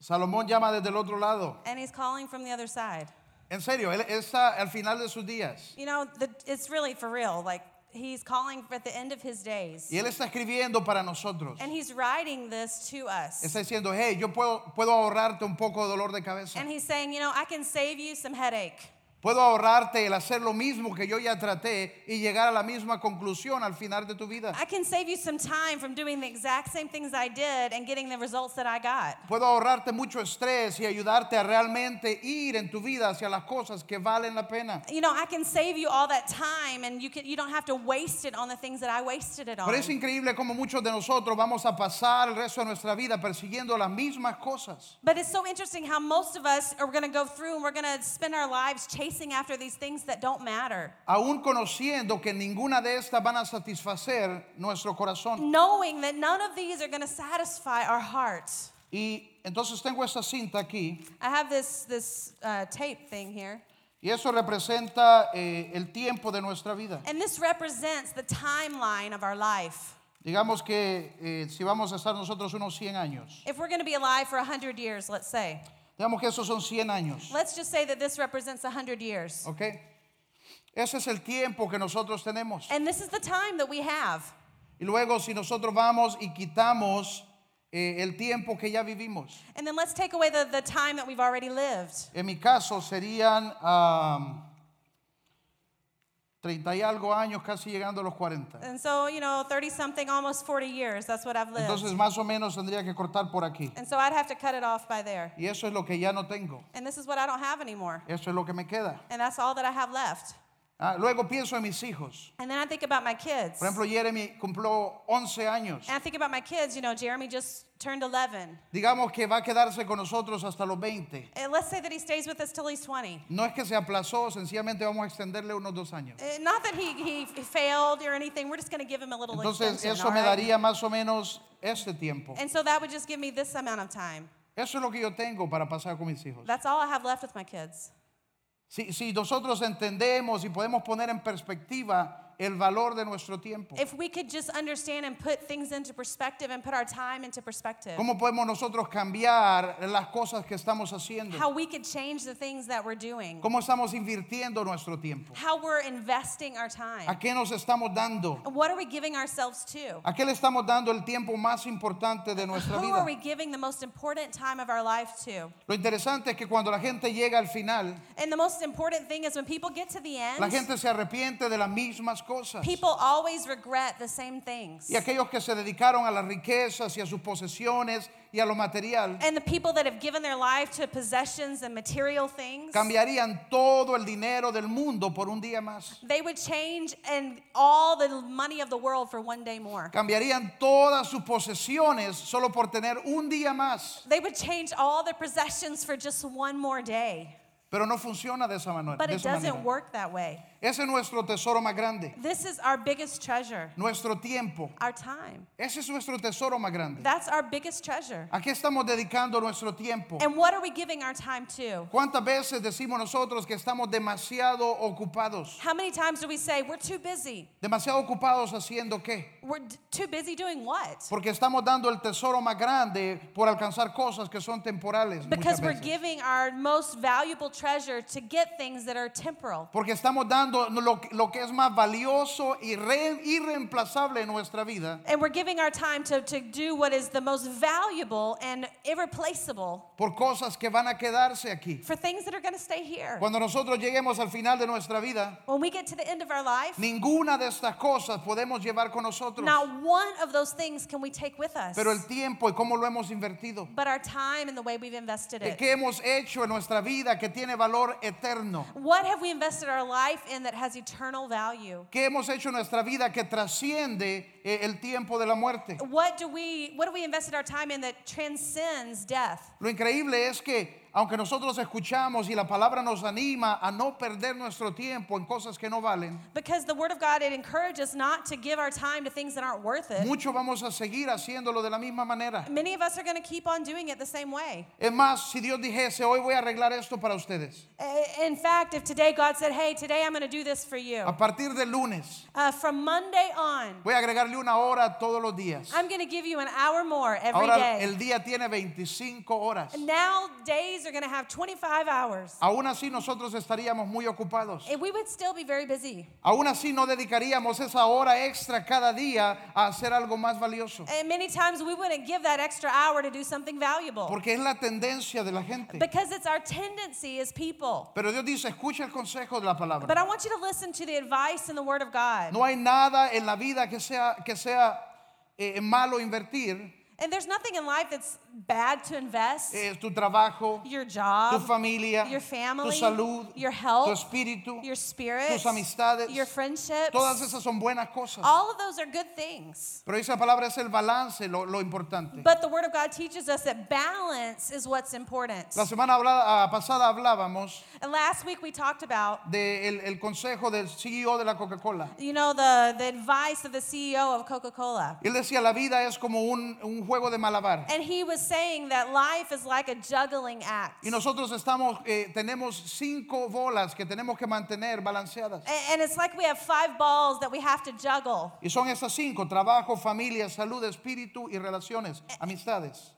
Speaker 1: Salomón llama desde el otro lado.
Speaker 2: and he's calling from the other side.
Speaker 1: En serio, él está al final de sus días.
Speaker 2: You know, the, it's really for real. Like, he's calling at the end of his days,
Speaker 1: Y él está escribiendo para nosotros.
Speaker 2: and he's writing this to us.
Speaker 1: Está diciendo, hey, yo puedo, puedo ahorrarte un poco de dolor de cabeza.
Speaker 2: And he's saying, you know, I can save you some headache.
Speaker 1: Puedo ahorrarte el hacer lo mismo que yo ya traté y llegar a la misma conclusión al final de tu vida.
Speaker 2: I can save you some time from doing the exact same things I did and getting the results that I got.
Speaker 1: Puedo ahorrarte mucho estrés y ayudarte a realmente ir en tu vida hacia las cosas que valen la pena.
Speaker 2: You know, I can save you all that time and you can you don't have to waste it on the things that I wasted it on.
Speaker 1: Pero es increíble cómo muchos de nosotros vamos a pasar el resto de nuestra vida persiguiendo las mismas cosas.
Speaker 2: But it's so interesting how most of us are going to go through and we're going to spend our lives chasing after these things that don't matter,
Speaker 1: Aún conociendo que ninguna de estas van a satisfacer nuestro
Speaker 2: Mm.
Speaker 1: corazón.
Speaker 2: knowing that none of these are going to satisfy our hearts.
Speaker 1: Y entonces tengo esta cinta aquí.
Speaker 2: I have this this uh, tape thing here,
Speaker 1: Y eso representa eh, el tiempo de nuestra vida.
Speaker 2: and this represents the timeline of our life.
Speaker 1: Digamos que eh, si vamos a estar nosotros unos 100 años,
Speaker 2: If we're going to be alive for 100 years, let's say.
Speaker 1: digamos que esos son 100 años,
Speaker 2: Let's just say that this represents 100 years.
Speaker 1: ¿ok? Ese es el tiempo que nosotros tenemos.
Speaker 2: And this is the time that we have.
Speaker 1: Y luego si nosotros vamos y quitamos eh, el tiempo que ya vivimos,
Speaker 2: And then let's take away the, the time that we've already lived.
Speaker 1: en mi caso serían am, 30 y algo años, casi llegando a los 40.
Speaker 2: And so, you know, 30 something, almost 40 years, that's what I've lived.
Speaker 1: Entonces más o menos tendría que cortar por aquí.
Speaker 2: and so I'd have to cut it off by there.
Speaker 1: Y eso es lo que ya no tengo.
Speaker 2: And this is what I don't have anymore.
Speaker 1: Eso es lo que me queda.
Speaker 2: And that's all that I have left.
Speaker 1: Ah, luego pienso en mis hijos.
Speaker 2: And then I think about my kids.
Speaker 1: Por ejemplo, Jeremy cumplió 11 años.
Speaker 2: and I think about my kids, you know, Jeremy just turned 11.
Speaker 1: Digamos que va a quedarse con nosotros hasta los 20.
Speaker 2: And let's say that he stays with us till he's 20.
Speaker 1: No es que se aplazó, sencillamente vamos a extenderle unos dos años.
Speaker 2: Uh, Not that he, he failed or anything. We're just going to give him a little
Speaker 1: Entonces,
Speaker 2: extension,
Speaker 1: eso
Speaker 2: all
Speaker 1: me
Speaker 2: right?
Speaker 1: daría más o menos este tiempo.
Speaker 2: And so that would just give me this amount of time.
Speaker 1: Eso es lo que yo tengo para pasar con mis hijos.
Speaker 2: That's all I have left with my kids.
Speaker 1: Si, si nosotros entendemos y podemos poner en perspectiva el valor de nuestro tiempo,
Speaker 2: If we could just understand and put things into perspective and put our time into perspective,
Speaker 1: ¿cómo podemos nosotros cambiar las cosas que estamos haciendo?
Speaker 2: how we could change the things that we're doing,
Speaker 1: ¿Cómo estamos invirtiendo nuestro tiempo?
Speaker 2: how we're investing our
Speaker 1: ¿A
Speaker 2: time,
Speaker 1: qué nos estamos dando?
Speaker 2: and what are we giving ourselves to?
Speaker 1: ¿A qué le estamos dando el tiempo más importante de nuestra
Speaker 2: Who
Speaker 1: vida?
Speaker 2: are we giving the most important time of our life to?
Speaker 1: Lo interesante es que cuando la gente llega al final,
Speaker 2: And the most important thing is when people get to the
Speaker 1: la
Speaker 2: end,
Speaker 1: gente se arrepiente de las mismas cosas.
Speaker 2: people always regret the same things.
Speaker 1: Y aquellos que se dedicaron a las riquezas y a sus posesiones y a lo material,
Speaker 2: And the people that have given their life to possessions and material things,
Speaker 1: cambiarían todo el dinero del mundo por un día más.
Speaker 2: they would change and all the money of the world for one day more.
Speaker 1: Cambiarían todas sus posesiones solo por tener un día más.
Speaker 2: They would change all their possessions for just one more day.
Speaker 1: Pero no funciona de esa, mano-
Speaker 2: But
Speaker 1: de
Speaker 2: it
Speaker 1: esa
Speaker 2: doesn't
Speaker 1: manera.
Speaker 2: work that way.
Speaker 1: Ese es nuestro tesoro más grande,
Speaker 2: This is our biggest treasure,
Speaker 1: nuestro tiempo.
Speaker 2: our time.
Speaker 1: Ese es nuestro tesoro más grande.
Speaker 2: That's our biggest treasure.
Speaker 1: ¿A qué estamos dedicando nuestro tiempo?
Speaker 2: And what are we giving our time to?
Speaker 1: ¿Cuántas veces decimos nosotros que estamos demasiado ocupados?
Speaker 2: How many times do we say we're too busy?
Speaker 1: ¿Demasiado ocupados haciendo qué?
Speaker 2: We're d- too busy doing what?
Speaker 1: Porque estamos dando el tesoro más grande por alcanzar cosas que son temporales. muchas
Speaker 2: Because we're
Speaker 1: veces.
Speaker 2: giving our most valuable treasure to get things that are temporal.
Speaker 1: Porque estamos dando lo, lo que es más valioso y re- irreemplazable en nuestra vida.
Speaker 2: And we're giving our time to, to do what is the most valuable and irreplaceable
Speaker 1: Por cosas que van a quedarse aquí.
Speaker 2: for things that are going to stay here.
Speaker 1: Cuando nosotros lleguemos al final de nuestra vida,
Speaker 2: When we get to the end of our life,
Speaker 1: ninguna de estas cosas podemos llevar con nosotros.
Speaker 2: not one of those things can we take with us.
Speaker 1: Pero el tiempo y cómo lo hemos invertido.
Speaker 2: But our time and the way we've invested
Speaker 1: ¿Y
Speaker 2: it.
Speaker 1: qué hemos hecho en nuestra vida que tiene valor eterno?
Speaker 2: What have we invested our life in that has eternal value?
Speaker 1: ¿Qué hemos hecho en nuestra vida que trasciende eh, el tiempo de la muerte?
Speaker 2: What do we what do we invested our time in that transcends death?
Speaker 1: Lo increíble es que aunque nosotros escuchamos y la palabra nos anima a no perder nuestro tiempo en cosas que no valen,
Speaker 2: Because the word of God it encourages not to give our time to things that aren't worth it.
Speaker 1: muchos vamos a seguir haciéndolo de la misma manera.
Speaker 2: Many of us are going to keep on doing it the same way.
Speaker 1: Es más, si Dios dijese, hoy voy a arreglar esto para ustedes,
Speaker 2: Uh, In fact, if today God said, "Hey, today I'm going to do this for you,"
Speaker 1: a partir del lunes
Speaker 2: uh, from Monday on,
Speaker 1: voy a agregarle una hora todos los días.
Speaker 2: I'm going to give you an hour more every
Speaker 1: Ahora
Speaker 2: day.
Speaker 1: el día tiene 25 horas.
Speaker 2: Now days are going to have 25 hours.
Speaker 1: Aún así nosotros estaríamos muy ocupados.
Speaker 2: And we would still be very busy.
Speaker 1: Aún así no dedicaríamos esa hora extra cada día a hacer algo más valioso.
Speaker 2: And many times we wouldn't give that extra hour to do something valuable.
Speaker 1: Porque es la tendencia de la gente.
Speaker 2: Because it's our tendency as people.
Speaker 1: Pero Dios dice, escucha el consejo de la
Speaker 2: But
Speaker 1: palabra.
Speaker 2: I want you to listen to the advice in the Word of God.
Speaker 1: No hay nada en la vida que sea, que sea eh, malo invertir.
Speaker 2: And there's nothing in life that's bad to invest.
Speaker 1: Eh, tu trabajo,
Speaker 2: Your
Speaker 1: tu
Speaker 2: job,
Speaker 1: familia,
Speaker 2: your
Speaker 1: tu
Speaker 2: family,
Speaker 1: salud,
Speaker 2: your
Speaker 1: tu
Speaker 2: health,
Speaker 1: espíritu,
Speaker 2: your spirit,
Speaker 1: tus amistades,
Speaker 2: your friendships.
Speaker 1: todas esas son buenas cosas.
Speaker 2: All of those are good things.
Speaker 1: Pero esa palabra es el balance, lo, lo importante.
Speaker 2: But the Word of God teaches us that balance is what's important.
Speaker 1: La semana hablada- ah, pasada hablábamos
Speaker 2: And last week we talked about,
Speaker 1: del el consejo del CEO de la Coca-Cola.
Speaker 2: you know, the, the advice of the CEO of Coca Cola.
Speaker 1: Él decía, la vida es como un, un juego de malabar.
Speaker 2: And he was saying that life is like a juggling act.
Speaker 1: Y nosotros estamos, eh, tenemos cinco bolas que tenemos que mantener balanceadas.
Speaker 2: A- and it's like we have five balls that we have to juggle.
Speaker 1: Y son esas cinco, trabajo, familia, salud, espíritu y relaciones, amistades.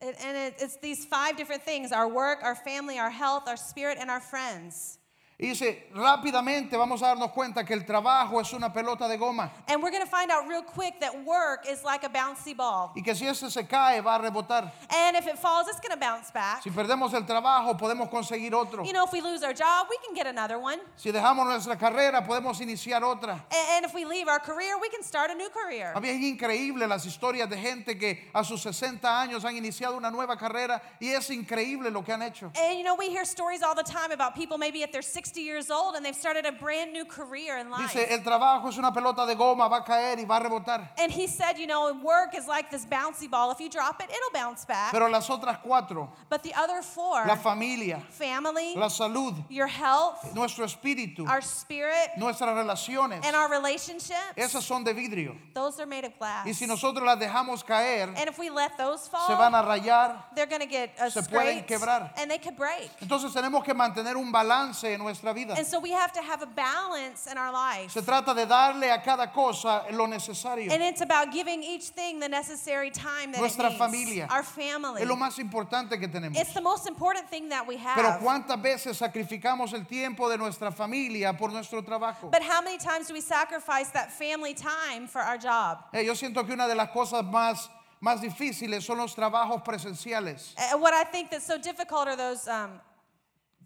Speaker 2: And, and it, it's these five different things our work, our family, our health, our spirit, and our friends.
Speaker 1: Y dice, rápidamente vamos a darnos cuenta que el trabajo es una pelota de goma
Speaker 2: And we're going to find out real quick that work is like a bouncy ball.
Speaker 1: y que si ese se cae va a rebotar.
Speaker 2: And if it falls, it's going to bounce back.
Speaker 1: Si perdemos el trabajo podemos conseguir otro.
Speaker 2: You know, if we lose our job, we can get another one.
Speaker 1: Si dejamos nuestra carrera podemos iniciar otra.
Speaker 2: A- And if we leave our career, we can start a new career.
Speaker 1: A mí es increíble las historias de gente que a sus 60 años han iniciado una nueva carrera y es increíble lo que han hecho.
Speaker 2: And you know, we hear stories all the time about people maybe at their 60 years old and they've started a brand new career in life.
Speaker 1: Dice, el trabajo es una pelota de goma, va a caer y va a rebotar.
Speaker 2: And he said, you know, work is like this bouncy ball. If you drop it, it'll bounce back.
Speaker 1: Pero las otras cuatro,
Speaker 2: but the other four
Speaker 1: la familia,
Speaker 2: family,
Speaker 1: la salud,
Speaker 2: your health,
Speaker 1: nuestro espíritu,
Speaker 2: our Em- spirit,
Speaker 1: nuestras relaciones,
Speaker 2: and our relationships,
Speaker 1: esas son de vidrio.
Speaker 2: those are made of glass.
Speaker 1: Y si nosotros las dejamos caer,
Speaker 2: and if we let those fall,
Speaker 1: se van a rayar.
Speaker 2: they're going to get uh,
Speaker 1: se pueden
Speaker 2: scraped
Speaker 1: quebrar.
Speaker 2: and they could break.
Speaker 1: Entonces tenemos que mantener un balance en nuestra vida.
Speaker 2: And so we have to have a balance in our life.
Speaker 1: Se trata de darle a cada cosa lo necesario.
Speaker 2: And it's about giving each thing the necessary time that
Speaker 1: Nuestra
Speaker 2: it needs.
Speaker 1: familia.
Speaker 2: Our family.
Speaker 1: Es lo más importante que tenemos.
Speaker 2: It's the most important thing that we have.
Speaker 1: Pero cuántas veces sacrificamos el tiempo de nuestra familia por nuestro trabajo.
Speaker 2: But how many times do we sacrifice that family time for our job?
Speaker 1: Eh, yo siento que una de las cosas más, más difíciles son los trabajos presenciales.
Speaker 2: And what I think that's so difficult are those um,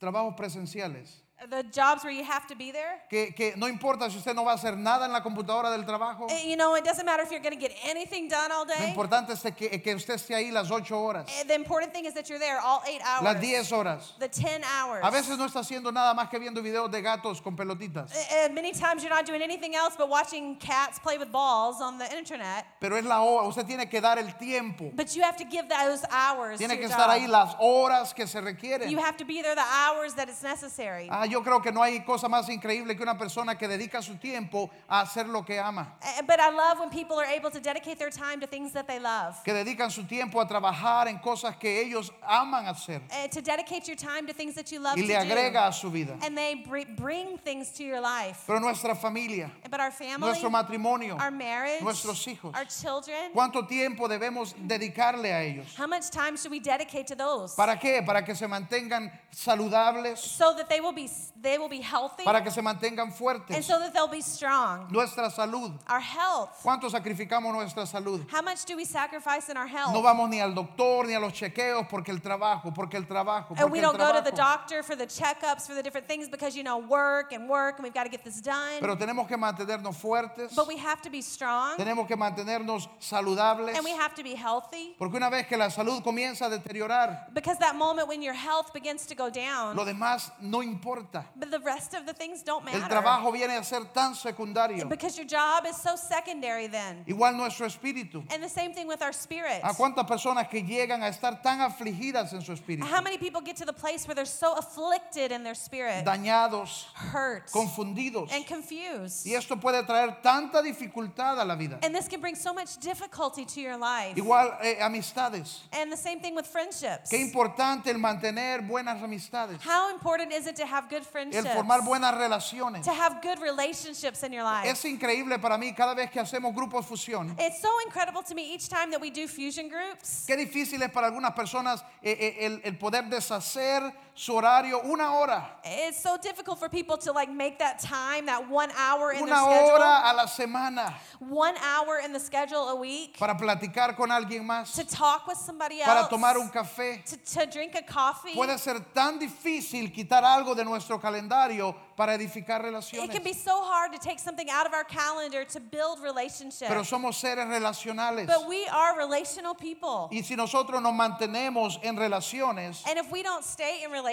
Speaker 1: Trabajos presenciales.
Speaker 2: The jobs where you have to be there.
Speaker 1: que, que no importa si usted no va a hacer nada en la computadora del trabajo,
Speaker 2: Eh, You know, it doesn't matter if you're going to get anything done all
Speaker 1: lo
Speaker 2: day.
Speaker 1: importante es de que, que usted esté ahí las ocho horas,
Speaker 2: Eh, The important thing is that you're there all eight hours.
Speaker 1: las 10 horas.
Speaker 2: The 10 hours.
Speaker 1: A veces no está haciendo nada más que viendo videos de gatos con pelotitas,
Speaker 2: Eh, eh, many times you're not doing anything else but watching cats play with balls on the internet.
Speaker 1: pero es la hora, usted tiene que dar el tiempo,
Speaker 2: But you have to give those hours.
Speaker 1: tiene
Speaker 2: to
Speaker 1: que
Speaker 2: your
Speaker 1: estar
Speaker 2: job.
Speaker 1: ahí las horas que se
Speaker 2: You
Speaker 1: requieren.
Speaker 2: have to be there the hours that it's necessary.
Speaker 1: Ah, yo creo que no hay cosa más increíble que una persona que dedica su tiempo a hacer lo que ama,
Speaker 2: Eh, But I love when people are able to dedicate their time to things that they love.
Speaker 1: que dedican su tiempo a trabajar en cosas que ellos aman hacer
Speaker 2: Eh, to dedicate your time to things that you love
Speaker 1: y
Speaker 2: to
Speaker 1: le
Speaker 2: do.
Speaker 1: agrega a su vida.
Speaker 2: And they br- bring things to your life.
Speaker 1: Pero nuestra familia,
Speaker 2: But our family,
Speaker 1: nuestro matrimonio,
Speaker 2: our marriage,
Speaker 1: nuestros hijos.
Speaker 2: our children,
Speaker 1: ¿Cuánto tiempo debemos dedicarle a ellos?
Speaker 2: how much time should we dedicate to those?
Speaker 1: ¿Para qué? Para que se mantengan saludables,
Speaker 2: so that they will be s- they will be healthy
Speaker 1: para que se mantengan
Speaker 2: and
Speaker 1: fuertes.
Speaker 2: so that they'll be strong.
Speaker 1: Nuestra salud.
Speaker 2: Our health.
Speaker 1: ¿Cuánto sacrificamos nuestra salud?
Speaker 2: How much do we sacrifice in our health?
Speaker 1: No vamos ni al doctor ni a los chequeos porque el trabajo, porque el trabajo,
Speaker 2: and
Speaker 1: porque
Speaker 2: we
Speaker 1: el
Speaker 2: don't go to the
Speaker 1: trabajo.
Speaker 2: doctor for the checkups for the different things because you know work and work and we've got to get this done.
Speaker 1: Pero tenemos que mantenernos fuertes,
Speaker 2: but we have to be strong
Speaker 1: tenemos que mantenernos saludables,
Speaker 2: and we have to be healthy
Speaker 1: porque una vez que la salud comienza a deteriorar,
Speaker 2: because that moment when your health begins to go down,
Speaker 1: lo demás no importa.
Speaker 2: but the rest of the things don't matter.
Speaker 1: El trabajo viene a ser tan secundario.
Speaker 2: Because your job is so secondary then.
Speaker 1: Igual nuestro espíritu.
Speaker 2: And the same thing with our spirit.
Speaker 1: ¿A cuántas personas que llegan a estar tan afligidas en su espíritu?
Speaker 2: How many people get to the place where they're so afflicted in their spirit,
Speaker 1: Dañados,
Speaker 2: hurt,
Speaker 1: confundidos.
Speaker 2: and confused?
Speaker 1: Y esto puede traer tanta dificultad a la vida.
Speaker 2: And this can bring so much difficulty to your life.
Speaker 1: Igual eh, amistades.
Speaker 2: And the same thing with friendships.
Speaker 1: Qué importante el mantener buenas amistades,
Speaker 2: How important is it to have good
Speaker 1: el
Speaker 2: friendships?
Speaker 1: formar buenas relaciones.
Speaker 2: To have good relationships in your life.
Speaker 1: Es increíble para mí cada vez que hacemos grupos fusión.
Speaker 2: It's so incredible to me each time that we do fusion groups.
Speaker 1: Qué difícil es para algunas personas eh, eh, el, el poder deshacer su horario una hora,
Speaker 2: It's so difficult for people to like make that time, that one hour in their
Speaker 1: una
Speaker 2: schedule,
Speaker 1: hora a la semana
Speaker 2: one hour in the schedule a week
Speaker 1: para platicar con alguien más,
Speaker 2: to talk with somebody
Speaker 1: para
Speaker 2: else,
Speaker 1: tomar un café.
Speaker 2: to, to drink a coffee.
Speaker 1: Puede ser tan difícil quitar algo de nuestro calendario para edificar
Speaker 2: It can
Speaker 1: relaciones.
Speaker 2: be so hard to take something out of our calendar to build relationships.
Speaker 1: Pero somos seres relacionales.
Speaker 2: But we are relational people.
Speaker 1: Y si nosotros nos mantenemos en relaciones
Speaker 2: And if we don't stay in relationship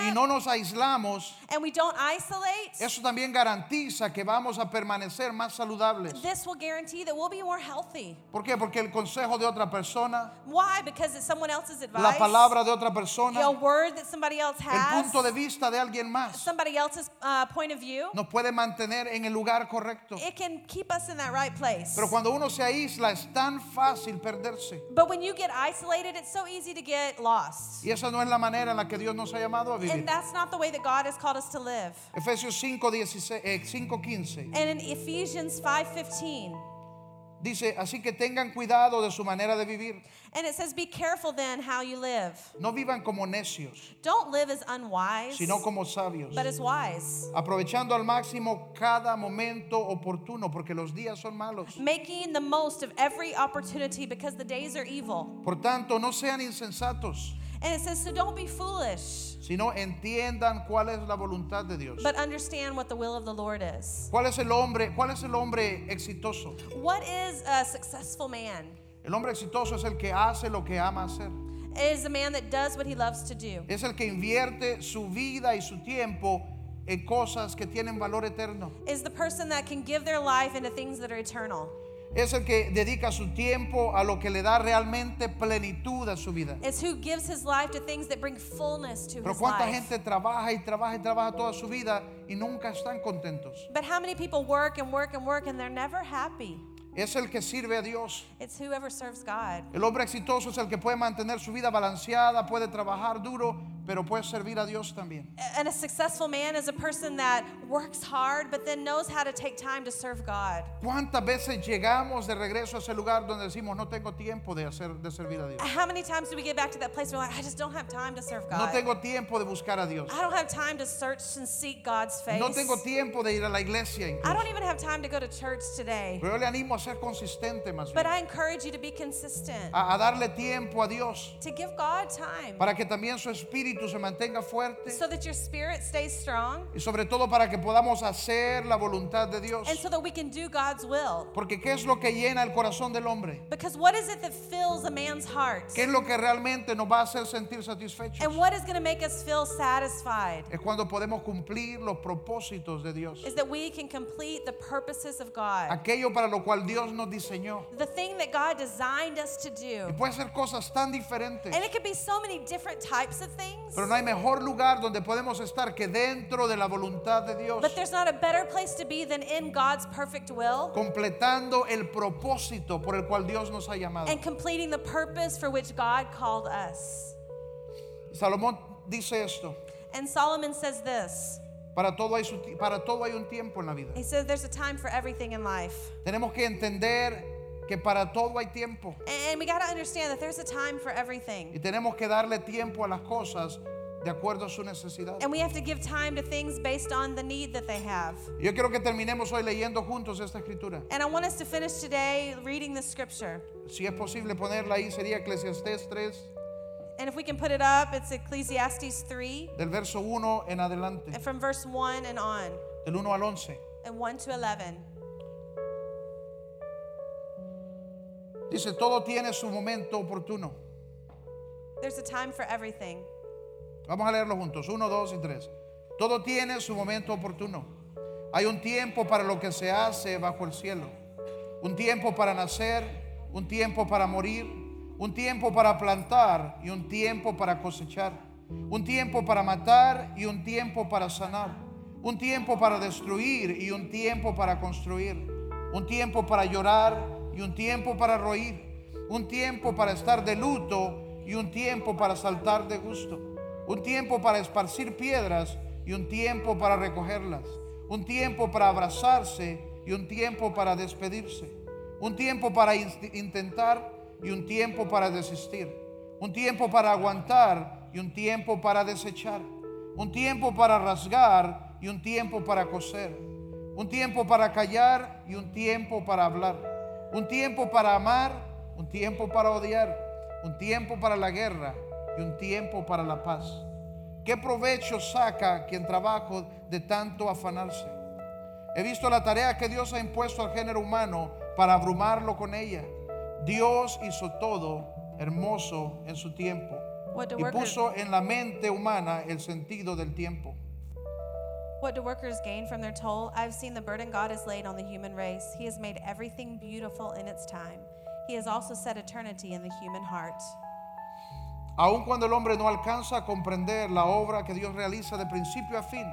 Speaker 1: y no nos aislamos,
Speaker 2: and we don't isolate,
Speaker 1: eso también garantiza que vamos a permanecer más saludables.
Speaker 2: this will guarantee that we'll be more healthy.
Speaker 1: ¿Por qué? Porque el consejo de otra persona,
Speaker 2: Why? Because it's someone else's advice.
Speaker 1: la palabra de otra
Speaker 2: a
Speaker 1: persona,
Speaker 2: word that somebody else
Speaker 1: el
Speaker 2: has.
Speaker 1: punto de vista de alguien más
Speaker 2: somebody else's uh, point of view.
Speaker 1: nos puede mantener en el lugar correcto.
Speaker 2: It can keep us in that right place.
Speaker 1: Pero cuando uno se aísla es tan fácil perderse.
Speaker 2: but when you get isolated, it's so easy to get lost.
Speaker 1: Y esa no es la manera en la que Dios nos ha llamado a vivir.
Speaker 2: And that's not the way that God has called us to live.
Speaker 1: Efesios 5, 16, eh, 5, 15
Speaker 2: And in Ephesians 5:15,
Speaker 1: dice, así que tengan cuidado de su manera de vivir,
Speaker 2: and it says, "Be careful then how you live.
Speaker 1: no vivan como necios,
Speaker 2: Don't live as unwise,
Speaker 1: sino como sabios,
Speaker 2: but as wise,
Speaker 1: aprovechando al máximo cada momento oportuno, porque los días son malos.
Speaker 2: making the most of every opportunity because the days are evil."
Speaker 1: Por tanto, no sean insensatos,
Speaker 2: And it says, "So don't be foolish,
Speaker 1: sino entiendan cuál es la voluntad de Dios.
Speaker 2: but understand what the will of the Lord is."
Speaker 1: ¿Cuál es el hombre, cuál es el hombre exitoso?
Speaker 2: What is a successful man?
Speaker 1: El hombre exitoso es el que hace lo que ama hacer.
Speaker 2: It is a man that does what he loves to do.
Speaker 1: Es el que invierte su vida y su tiempo en cosas que tienen valor eterno.
Speaker 2: Is the person that can give their life into things that are eternal.
Speaker 1: Es el que dedica su tiempo a lo que le da realmente plenitud a su vida.
Speaker 2: It's who gives his life to things that bring fullness to
Speaker 1: Pero
Speaker 2: his
Speaker 1: cuánta
Speaker 2: life.
Speaker 1: gente trabaja y trabaja y trabaja toda su vida y nunca están contentos.
Speaker 2: But how many people work and work and work and they're never happy?
Speaker 1: Es el que sirve a Dios.
Speaker 2: It's whoever serves God.
Speaker 1: El hombre exitoso es el que puede mantener su vida balanceada, puede trabajar duro, pero puede servir a Dios también.
Speaker 2: And a successful man is a person that works hard but then knows how to take time to serve God.
Speaker 1: ¿Cuántas veces llegamos de regreso a ese lugar donde decimos no tengo tiempo de hacer de servir a Dios?
Speaker 2: How many times do we get back to that place where we're like, I just don't have time to serve
Speaker 1: No
Speaker 2: God?
Speaker 1: tengo tiempo de buscar a Dios.
Speaker 2: I don't have time to search and seek God's face.
Speaker 1: No tengo tiempo de ir a la iglesia.
Speaker 2: I
Speaker 1: incluso.
Speaker 2: don't even have time to go to church today.
Speaker 1: Pero yo le animo a ser consistente más bien.
Speaker 2: But I encourage
Speaker 1: Ah.
Speaker 2: you to be consistent,
Speaker 1: a, a darle tiempo a Dios
Speaker 2: to give God time,
Speaker 1: para que también su espíritu se mantenga fuerte
Speaker 2: so that your spirit stays strong
Speaker 1: y sobre todo para que podamos hacer la voluntad de Dios.
Speaker 2: and so that we can do God's will.
Speaker 1: Porque ¿qué es lo que llena el corazón del hombre?
Speaker 2: Because what is it that fills a man's heart?
Speaker 1: ¿Qué es lo que realmente nos va a hacer sentir satisfechos?
Speaker 2: And what is going to make us feel satisfied?
Speaker 1: Es cuando podemos cumplir los propósitos de Dios.
Speaker 2: Is that we can complete the purposes of God.
Speaker 1: Aquello para lo cual Dios nos diseñó.
Speaker 2: The thing that God designed us to do.
Speaker 1: Y puede ser cosas tan diferentes.
Speaker 2: And it could be so many different types of things.
Speaker 1: Pero no hay mejor lugar donde podemos estar que dentro de la voluntad de Dios,
Speaker 2: But there's not a better place to be than in God's perfect will
Speaker 1: completando el propósito por el cual Dios nos ha llamado.
Speaker 2: and completing the purpose for which God called us.
Speaker 1: Salomón dice esto,
Speaker 2: And Solomon says this
Speaker 1: para todo hay su ti- para todo hay un tiempo en la vida.
Speaker 2: He says, There's a time for everything in life.
Speaker 1: Tenemos que entender que para todo hay tiempo
Speaker 2: And we got to understand that there's a time for
Speaker 1: y
Speaker 2: everything.
Speaker 1: tenemos que darle tiempo a las cosas de acuerdo a su necesidad.
Speaker 2: And we have to give time to things based on the need that they have.
Speaker 1: Yo quiero que terminemos hoy leyendo juntos esta escritura.
Speaker 2: And I want us to finish today reading the scripture.
Speaker 1: Si es posible ponerla ahí sería Eclesiastés 3
Speaker 2: And if we can put it up, it's Ecclesiastes 3,
Speaker 1: del verso 1 en adelante,
Speaker 2: and from verse 1 and on,
Speaker 1: del 1 al 11.
Speaker 2: and 1 to 11.
Speaker 1: Dice, todo tiene su momento oportuno.
Speaker 2: There's a time for everything.
Speaker 1: Vamos a leerlo juntos. Uno, dos y tres. Todo tiene su momento oportuno. Hay un tiempo para lo que se hace bajo el cielo. Un tiempo para nacer, un tiempo para morir, un tiempo para plantar y un tiempo para cosechar. Un tiempo para matar y un tiempo para sanar. Un tiempo para destruir y un tiempo para construir. Un tiempo para llorar y un tiempo para roír. Un tiempo para estar de luto y un tiempo para saltar de gusto un tiempo para esparcir piedras y un tiempo para recogerlas, un tiempo para abrazarse y un tiempo para despedirse, un tiempo para inst- intentar y un tiempo para desistir, un tiempo para aguantar y un tiempo para desechar, un tiempo para rasgar y un tiempo para coser, un tiempo para callar y un tiempo para hablar. Un tiempo para amar, un tiempo para odiar. Un tiempo para la guerra y un tiempo para la paz. ¿Qué provecho saca quien trabajo de tanto afanarse? He visto la tarea que Dios ha impuesto al género humano para abrumarlo con ella. Dios hizo todo hermoso en su tiempo
Speaker 2: What do
Speaker 1: y
Speaker 2: workers-
Speaker 1: puso en la mente humana el sentido del tiempo.
Speaker 2: What do workers gain from their toil? I've seen the burden God has laid on the human race. He has made everything beautiful in its time. He has also set eternity in the human heart.
Speaker 1: Aun cuando el hombre no alcanza a comprender la obra que Dios realiza de principio a fin.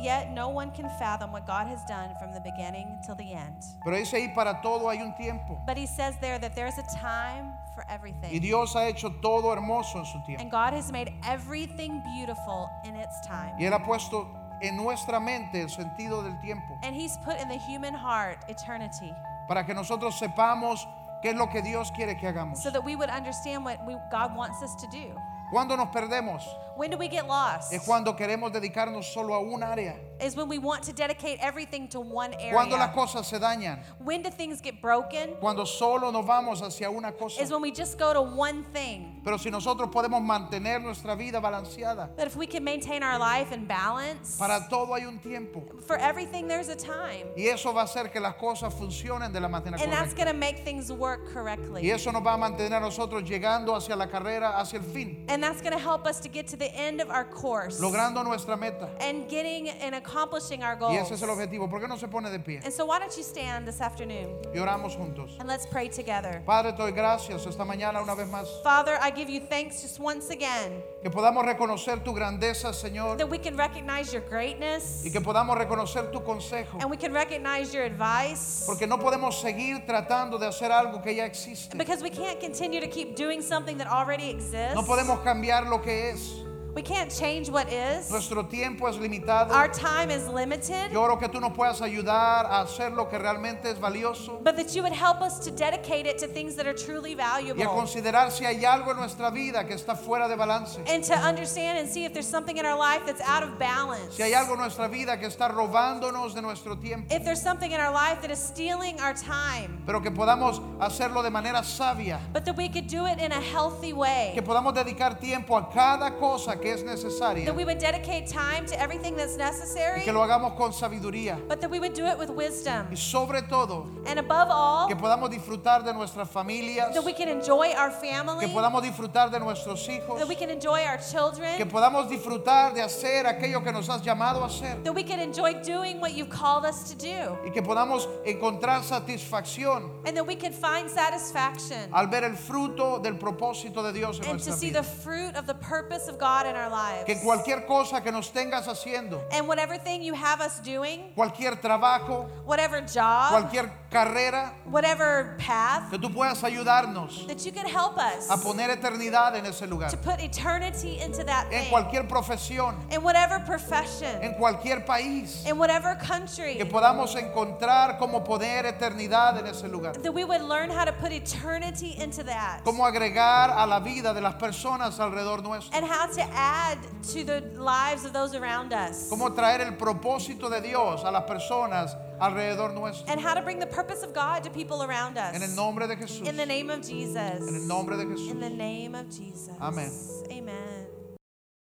Speaker 2: Yet no one can fathom what God has done from the beginning till the end.
Speaker 1: Pero dice ahí, para todo hay un tiempo.
Speaker 2: But he says there that there's a time for
Speaker 1: Y
Speaker 2: everything.
Speaker 1: Dios ha hecho todo hermoso en su tiempo.
Speaker 2: And God has made everything beautiful in its time.
Speaker 1: Y Él ha puesto en nuestra mente el sentido del tiempo.
Speaker 2: And he's put in the human heart eternity
Speaker 1: Para que nosotros sepamos qué es lo que Dios quiere que hagamos.
Speaker 2: so that we would understand what we, God wants us to do.
Speaker 1: Cuando nos perdemos
Speaker 2: When do we get lost?
Speaker 1: es cuando queremos dedicarnos solo a un área.
Speaker 2: Is when we want to dedicate everything to one
Speaker 1: Cuando las
Speaker 2: area.
Speaker 1: cosas se dañan.
Speaker 2: When do things get broken?
Speaker 1: Cuando solo nos vamos hacia una cosa.
Speaker 2: Is when we just go to one thing.
Speaker 1: Pero si nosotros podemos mantener nuestra vida balanceada.
Speaker 2: But if we can maintain our life in balance,
Speaker 1: Para todo hay un tiempo.
Speaker 2: for everything there's a time.
Speaker 1: Y eso va a hacer que las cosas funcionen de la manera
Speaker 2: And that's
Speaker 1: correcta.
Speaker 2: going to make things work
Speaker 1: Y
Speaker 2: correctly.
Speaker 1: eso nos va a mantener a nosotros llegando hacia la carrera, hacia el fin,
Speaker 2: And that's going to help us to get to the end of our course
Speaker 1: logrando nuestra meta.
Speaker 2: and getting and accomplishing our
Speaker 1: Y ese es el
Speaker 2: goals.
Speaker 1: objetivo. ¿Por qué no se pone de pie?
Speaker 2: And so, why don't you stand this afternoon
Speaker 1: Y oramos juntos.
Speaker 2: and let's pray together?
Speaker 1: Padre, te doy gracias esta mañana una vez más.
Speaker 2: Father, I give you thanks just once again
Speaker 1: Que podamos reconocer tu grandeza, Señor.
Speaker 2: that we can recognize your greatness
Speaker 1: Y que podamos reconocer tu consejo.
Speaker 2: and we can recognize your advice
Speaker 1: Porque no podemos seguir tratando de hacer algo que ya existe.
Speaker 2: because we can't continue to keep doing something that already exists.
Speaker 1: No podemos cambiar lo que es.
Speaker 2: We can't change what is.
Speaker 1: Nuestro tiempo es limitado.
Speaker 2: Our time is limited,
Speaker 1: Yo oro que tú nos puedas ayudar a hacer lo que realmente es valioso.
Speaker 2: but that you would help us to dedicate it to things that are truly
Speaker 1: y a
Speaker 2: valuable.
Speaker 1: considerar si hay algo en nuestra vida que está fuera de balance.
Speaker 2: and to understand and see if there's something in our life that's out of balance.
Speaker 1: Si hay algo en nuestra vida que está robándonos de nuestro tiempo,
Speaker 2: If there's something in our life that is stealing our time,
Speaker 1: pero que podamos hacerlo de manera sabia,
Speaker 2: but that we could do it in a healthy way.
Speaker 1: que podamos dedicar tiempo a cada cosa que es necesaria
Speaker 2: that we would dedicate time to everything that's
Speaker 1: y
Speaker 2: necessary,
Speaker 1: que lo hagamos con sabiduría
Speaker 2: but that we would do it with wisdom.
Speaker 1: y sobre todo
Speaker 2: And above all,
Speaker 1: que podamos disfrutar de nuestras familias,
Speaker 2: that we can enjoy our
Speaker 1: que
Speaker 2: family,
Speaker 1: podamos disfrutar de nuestros hijos,
Speaker 2: that we can enjoy our
Speaker 1: que
Speaker 2: children,
Speaker 1: podamos disfrutar de hacer aquello que nos has llamado a hacer
Speaker 2: that we can enjoy doing what you've called us to do,
Speaker 1: y que podamos encontrar satisfacción
Speaker 2: and that we can find satisfaction
Speaker 1: al ver el fruto del propósito de Dios en
Speaker 2: and to
Speaker 1: nuestra
Speaker 2: see the
Speaker 1: vida.
Speaker 2: fruit of the purpose of God in our
Speaker 1: Que
Speaker 2: lives.
Speaker 1: cualquier cosa que nos tengas haciendo,
Speaker 2: And whatever thing you have us doing,
Speaker 1: cualquier trabajo,
Speaker 2: whatever job,
Speaker 1: cualquier carrera,
Speaker 2: whatever path,
Speaker 1: que tú puedas ayudarnos
Speaker 2: that you can help us
Speaker 1: a poner eternidad en ese
Speaker 2: to
Speaker 1: lugar,
Speaker 2: put eternity into that
Speaker 1: en
Speaker 2: thing.
Speaker 1: cualquier profesión,
Speaker 2: in whatever profession,
Speaker 1: en cualquier país,
Speaker 2: in whatever country,
Speaker 1: que podamos encontrar cómo poner eternidad en ese lugar,
Speaker 2: that we would learn how to put eternity into that.
Speaker 1: cómo agregar a la vida de las personas alrededor nuestro,
Speaker 2: And how to add to the lives of those around us.
Speaker 1: cómo traer el propósito de Dios a las personas alrededor nuestro,
Speaker 2: And how to bring the purpose of God to people around us.
Speaker 1: en el nombre de Jesús,
Speaker 2: In the
Speaker 1: en
Speaker 2: name of Jesus.
Speaker 1: el nombre de Jesús.
Speaker 2: In the name of Jesus.
Speaker 1: Amén.
Speaker 2: Amen.